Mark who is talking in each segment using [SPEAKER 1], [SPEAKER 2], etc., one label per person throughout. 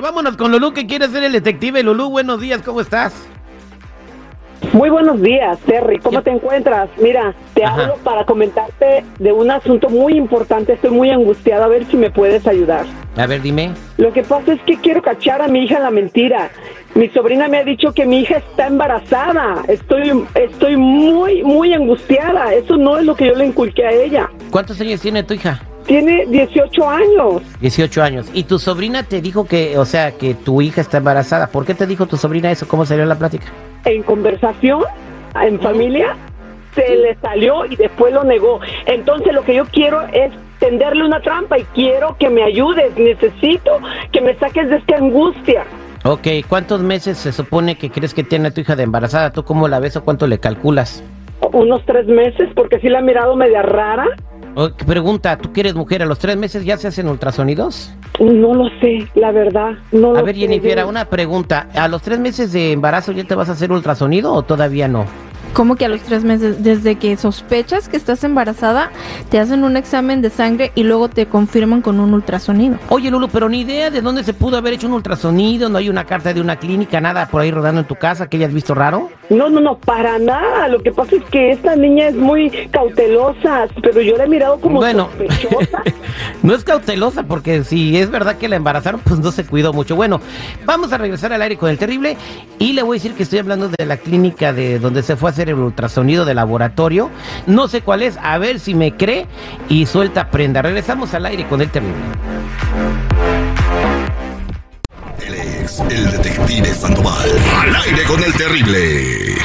[SPEAKER 1] vámonos con Lulú, que quiere ser el detective. Lulú, buenos días, ¿cómo estás?
[SPEAKER 2] Muy buenos días, Terry. ¿Cómo te encuentras? Mira, te
[SPEAKER 1] Ajá.
[SPEAKER 2] hablo para comentarte de un asunto muy importante. Estoy muy angustiada a ver si me puedes ayudar.
[SPEAKER 1] A ver, dime.
[SPEAKER 2] Lo que pasa es que quiero cachar a mi hija en la mentira. Mi sobrina me ha dicho que mi hija está embarazada. Estoy, estoy muy, muy angustiada. Eso no es lo que yo le inculqué a ella.
[SPEAKER 1] ¿Cuántos años tiene tu hija?
[SPEAKER 2] Tiene 18 años.
[SPEAKER 1] 18 años. ¿Y tu sobrina te dijo que, o sea, que tu hija está embarazada? ¿Por qué te dijo tu sobrina eso? ¿Cómo salió la plática?
[SPEAKER 2] en conversación, en familia, se le salió y después lo negó. Entonces lo que yo quiero es tenderle una trampa y quiero que me ayudes, necesito que me saques de esta angustia.
[SPEAKER 1] Ok, ¿cuántos meses se supone que crees que tiene tu hija de embarazada? ¿Tú cómo la ves o cuánto le calculas?
[SPEAKER 2] Unos tres meses, porque sí la he mirado media rara.
[SPEAKER 1] O- Oh, pregunta, ¿tú que eres mujer? ¿A los tres meses ya se hacen ultrasonidos?
[SPEAKER 2] No lo sé, la verdad. No
[SPEAKER 1] A
[SPEAKER 2] lo
[SPEAKER 1] ver,
[SPEAKER 2] sé.
[SPEAKER 1] Jennifer,
[SPEAKER 2] Yo-
[SPEAKER 1] una pregunta. ¿A los tres meses de embarazo ya te vas a hacer ultrasonido o todavía no?
[SPEAKER 3] ¿Cómo que a los tres meses, desde que sospechas que estás embarazada, te hacen un examen de sangre y luego te confirman con un ultrasonido?
[SPEAKER 1] Oye, Lulu, pero ni idea de dónde se pudo haber hecho un ultrasonido, no hay una carta de una clínica, nada por ahí rodando en tu casa que hayas visto raro.
[SPEAKER 2] No, no, no, para nada. Lo que pasa es que esta niña es muy cautelosa, pero yo la he mirado como
[SPEAKER 1] Bueno.
[SPEAKER 2] sospechosa.
[SPEAKER 1] No es cautelosa, porque si es verdad que la embarazaron, pues no se cuidó mucho. Bueno, vamos a regresar al aire con el terrible y le voy a decir que estoy hablando de la clínica de donde se fue a hacer el ultrasonido de laboratorio. No sé cuál es, a ver si me cree y suelta prenda. Regresamos al aire con el terrible.
[SPEAKER 4] El ex, el detective Sandoval. Al aire con el terrible.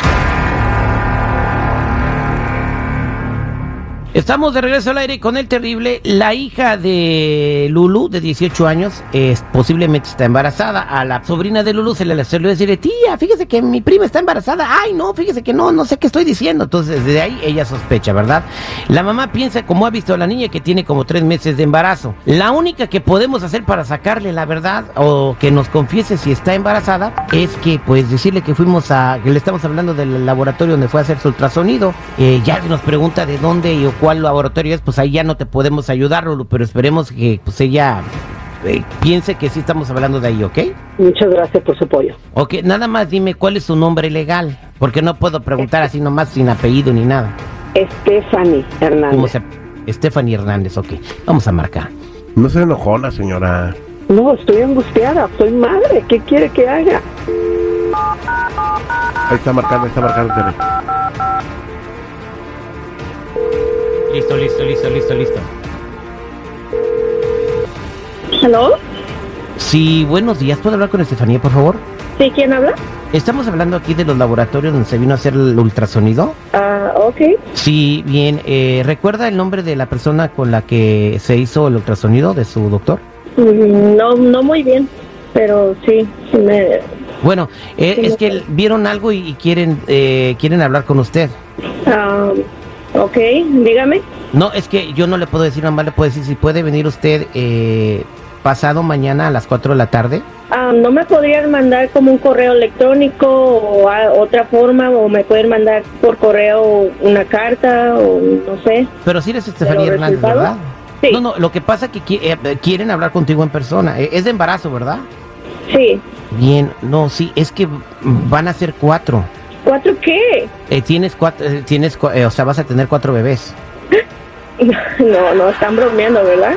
[SPEAKER 1] Estamos de regreso al aire con el terrible. La hija de Lulu, de 18 años, es, posiblemente está embarazada. A la sobrina de Lulu se le salió decir, tía, fíjese que mi prima está embarazada. Ay, no, fíjese que no, no sé qué estoy diciendo. Entonces, desde ahí ella sospecha, ¿verdad? La mamá piensa, como ha visto a la niña, que tiene como tres meses de embarazo. La única que podemos hacer para sacarle la verdad o que nos confiese si está embarazada es que, pues, decirle que fuimos a, que le estamos hablando del laboratorio donde fue a hacer su ultrasonido. Eh, ya si nos pregunta de dónde y o cuál laboratorio es, pues ahí ya no te podemos ayudar, Lulu, pero esperemos que, pues, ella eh, piense que sí estamos hablando de ahí, ¿ok?
[SPEAKER 2] Muchas gracias por su apoyo.
[SPEAKER 1] Ok, nada más dime cuál es su nombre legal, porque no puedo preguntar así nomás sin apellido ni nada.
[SPEAKER 2] Stephanie Hernández.
[SPEAKER 1] ¿Cómo se- Stephanie Hernández, ok. Vamos a marcar.
[SPEAKER 5] No se enojó la señora.
[SPEAKER 2] No, estoy angustiada, soy madre, ¿qué quiere que haga?
[SPEAKER 5] Ahí está marcando, ahí está marcando el Terry.
[SPEAKER 1] Listo, listo, listo, listo, listo.
[SPEAKER 2] ¿Hello?
[SPEAKER 1] Sí, buenos días. ¿Puedo hablar con Estefanía, por favor?
[SPEAKER 2] ¿Sí, quién habla?
[SPEAKER 1] Estamos hablando aquí de los laboratorios donde se vino a hacer el ultrasonido.
[SPEAKER 2] Ah, ok.
[SPEAKER 1] Sí, bien. eh, ¿Recuerda el nombre de la persona con la que se hizo el ultrasonido de su doctor?
[SPEAKER 2] Mm, No, no muy bien, pero sí, sí me...
[SPEAKER 1] Bueno, eh,
[SPEAKER 2] Sí,
[SPEAKER 1] es
[SPEAKER 2] lo
[SPEAKER 1] que
[SPEAKER 2] sé.
[SPEAKER 1] vieron algo y, y quieren eh, quieren hablar con usted.
[SPEAKER 2] ah, ok, dígame.
[SPEAKER 1] No, es que yo no le puedo decir, nomás le puedo decir si puede venir usted eh, pasado mañana a las 4 de la tarde.
[SPEAKER 2] Ah, ¿No me podrían mandar como un correo electrónico o a- otra forma? ¿O me pueden mandar por correo una carta o no sé?
[SPEAKER 1] Pero sí eres Estefanía
[SPEAKER 2] ¿Pero
[SPEAKER 1] Hernández,
[SPEAKER 2] resultados?
[SPEAKER 1] ¿verdad?
[SPEAKER 2] Sí.
[SPEAKER 1] No, no, lo que pasa es que qui- eh, eh, quieren hablar contigo en persona. Eh, Es de embarazo, ¿verdad?
[SPEAKER 2] Sí.
[SPEAKER 1] Bien, no, sí, es que mm, van a ser cuatro.
[SPEAKER 2] ¿Cuatro qué?
[SPEAKER 1] Eh, tienes cuatro, eh, tienes, cua- eh, o sea, vas a tener cuatro bebés.
[SPEAKER 2] No, no, están bromeando, ¿verdad?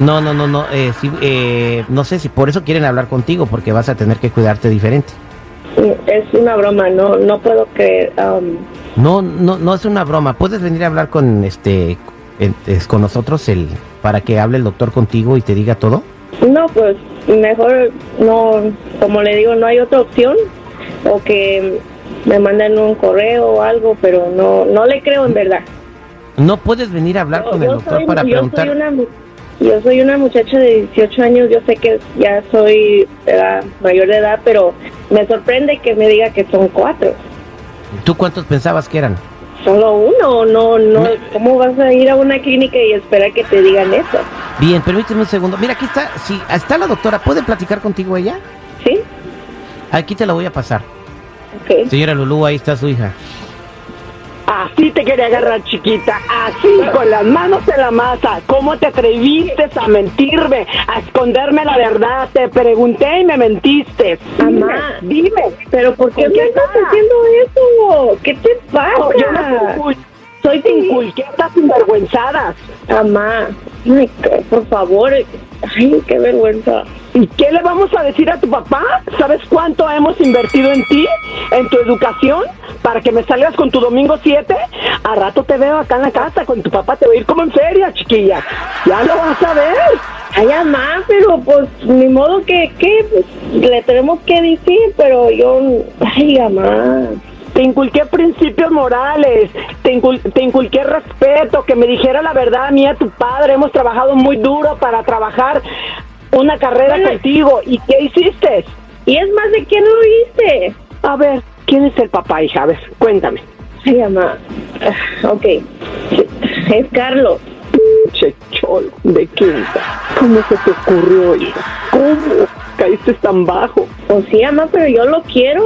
[SPEAKER 1] No, no, no, no, eh, sí, eh, no sé si por eso quieren hablar contigo, porque vas a tener que cuidarte diferente.
[SPEAKER 2] Es una broma, no, no puedo creer. um, am,
[SPEAKER 1] No, no, no es una broma. Puedes venir a hablar con este, el- es- con nosotros el, para que hable el doctor contigo y te diga todo.
[SPEAKER 2] No, pues mejor no, como le digo, no hay otra opción o que me manden un correo o algo, pero no no le creo en verdad.
[SPEAKER 1] No puedes venir a hablar con el doctor
[SPEAKER 2] soy,
[SPEAKER 1] para
[SPEAKER 2] yo
[SPEAKER 1] preguntar.
[SPEAKER 2] Soy una, mu- yo soy una muchacha de 18 años, yo sé que ya soy ¿verdad? mayor de edad, pero me sorprende que me diga que son cuatro.
[SPEAKER 1] ¿Tú cuántos pensabas que eran?
[SPEAKER 2] Solo uno, no, no,
[SPEAKER 1] Me-
[SPEAKER 2] ¿cómo vas a ir a una clínica y esperar que te digan eso?
[SPEAKER 1] Bien, permíteme un segundo. Mira, aquí está, sí, está la doctora. ¿Puede platicar contigo ella?
[SPEAKER 2] ¿Sí?
[SPEAKER 1] Aquí te la voy a pasar.
[SPEAKER 2] Ok.
[SPEAKER 1] Señora Lulú, ahí está su hija.
[SPEAKER 6] Así te quería agarrar, chiquita. Así, con las manos en la masa. ¿Cómo te atreviste a mentirme? A esconderme la verdad. Te pregunté y me mentiste.
[SPEAKER 2] Mamá,
[SPEAKER 6] dime.
[SPEAKER 2] ¿Pero por qué
[SPEAKER 6] ¿Con
[SPEAKER 2] me
[SPEAKER 6] quién
[SPEAKER 2] estás
[SPEAKER 6] vas?
[SPEAKER 2] haciendo eso? ¿Qué te
[SPEAKER 6] No, Ah, yo no
[SPEAKER 2] pasa?
[SPEAKER 6] soy cul-
[SPEAKER 2] Soy
[SPEAKER 6] sin
[SPEAKER 2] tu
[SPEAKER 6] culquetas sinvergüenzadas.
[SPEAKER 2] Mamá, ay, que- por favor. Ay, qué vergüenza.
[SPEAKER 6] ¿Y qué le vamos a decir a tu papá? ¿Sabes cuánto hemos invertido en ti, en tu educación, para que me salgas con tu domingo 7? A rato te veo acá en la casa con tu papá, te voy a ir como en feria, chiquilla. Ya lo vas a ver.
[SPEAKER 2] Ay, mamá, pero pues ni modo que, que pues, le tenemos que decir, pero yo, ay, mamá.
[SPEAKER 6] Te inculqué principios morales, te, incul- te inculqué respeto, que me dijera la verdad a mí y a tu padre. Hemos trabajado muy duro para trabajar una carrera
[SPEAKER 2] Bueno.
[SPEAKER 6] contigo. ¿Y qué hiciste?
[SPEAKER 2] Y es más, ¿de quién lo hice?
[SPEAKER 6] A ver, ¿quién es el papá, hija? A ver, cuéntame.
[SPEAKER 2] Ay, mamá. Ah, Ok, es Carlos.
[SPEAKER 6] Che cholo de quinta. ¿Cómo se te ocurrió, hija? ¿Cómo caíste tan bajo?
[SPEAKER 2] Pues sí, mamá, pero yo lo quiero.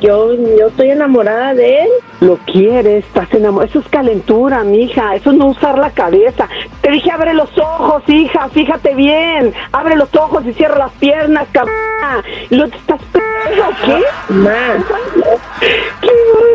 [SPEAKER 2] Yo, yo estoy enamorada de él.
[SPEAKER 6] Lo quieres, estás enamorada. Eso es calentura, mija. Eso es no usar la cabeza. Te dije, abre los ojos, hija. Fíjate bien. Abre los ojos y cierra las piernas, cabrón. ¿Lo estás pensando qué?
[SPEAKER 2] Mamá,
[SPEAKER 6] ¡Qué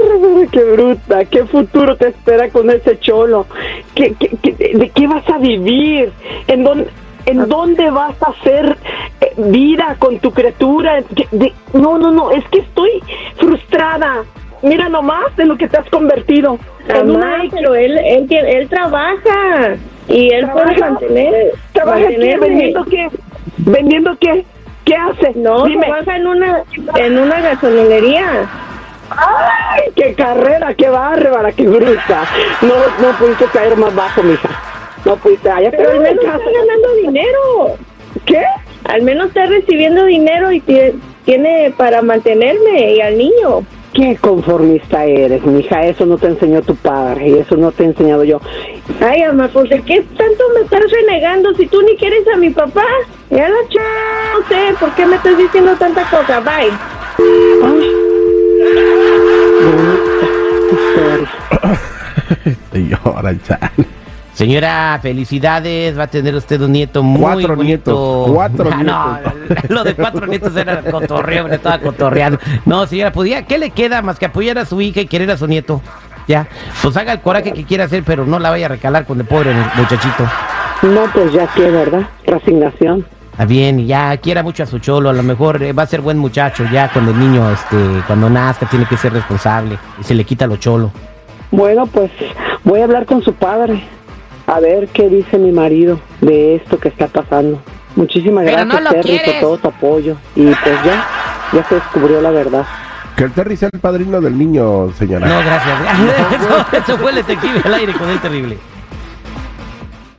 [SPEAKER 6] bárbara, qué bruta! ¿Qué futuro te espera con ese cholo? ¿Qué, qué, qué- de qué vas a vivir? ¿En dónde, en dónde vas a hacer eh, vida con tu criatura? ¿Qué- de- no, no, no, es que estoy frustrada. Mira nomás de lo que te has convertido. En una
[SPEAKER 2] mamá,
[SPEAKER 6] ex-
[SPEAKER 2] pero él, él, tiene- él trabaja. Y él puede
[SPEAKER 6] ¿Trabaja?
[SPEAKER 2] mantener.
[SPEAKER 6] ¿Trabaja qué?
[SPEAKER 2] mantenerme.
[SPEAKER 6] ¿Vendiendo qué? ¿Vendiendo qué? ¿Qué haces?
[SPEAKER 2] No,
[SPEAKER 6] Dime.
[SPEAKER 2] trabaja en una, en una gasolinería.
[SPEAKER 6] ¡Ay, qué carrera, qué bárbara, qué bruta! No, no pudiste caer más bajo, mija. No pudiste. Allá
[SPEAKER 2] Pero al
[SPEAKER 6] te
[SPEAKER 2] menos está
[SPEAKER 6] echaste.
[SPEAKER 2] ganando dinero.
[SPEAKER 6] ¿Qué?
[SPEAKER 2] Al menos está recibiendo dinero y tie- tiene para mantenerme y al niño.
[SPEAKER 6] Qué conformista eres, mija. Eso no te enseñó tu padre y eso no te he enseñado yo.
[SPEAKER 2] Ay, mamá, pues de qué tanto me estás renegando si tú ni quieres a mi papá. Ya la ch... No sé, ¿por qué me estás diciendo tanta cosa? Bye.
[SPEAKER 7] Y llora, chale.
[SPEAKER 1] Señora, felicidades. Va a tener usted un nieto muy
[SPEAKER 7] Cuatro
[SPEAKER 1] bonito.
[SPEAKER 7] nietos, cuatro
[SPEAKER 1] Ah,
[SPEAKER 7] nietos.
[SPEAKER 1] No, lo de cuatro nietos era cotorreo, hombre, estaba cotorreando. No, señora, ¿podía, ¿qué le queda más que apoyar a su hija y querer a su nieto? Ya, pues haga el coraje que quiera hacer, pero no la vaya a recalar con el pobre muchachito.
[SPEAKER 6] No, pues ya qué, ¿verdad? Resignación.
[SPEAKER 1] Está bien, y ya quiera mucho a su cholo, a lo mejor eh, va a ser buen muchacho ya cuando el niño, este, cuando nazca, tiene que ser responsable y se le quita lo cholo.
[SPEAKER 6] Bueno, pues voy a hablar con su padre. A ver qué dice mi marido de esto que está pasando. Muchísimas
[SPEAKER 1] Pero
[SPEAKER 6] gracias,
[SPEAKER 1] no lo
[SPEAKER 6] Terry, por
[SPEAKER 1] quieres.
[SPEAKER 6] todo tu apoyo. Y pues ya, ya se descubrió la verdad.
[SPEAKER 7] Que el Terry sea el padrino del niño, señora.
[SPEAKER 1] No, gracias. Eso, eso fue el detective al aire con el terrible.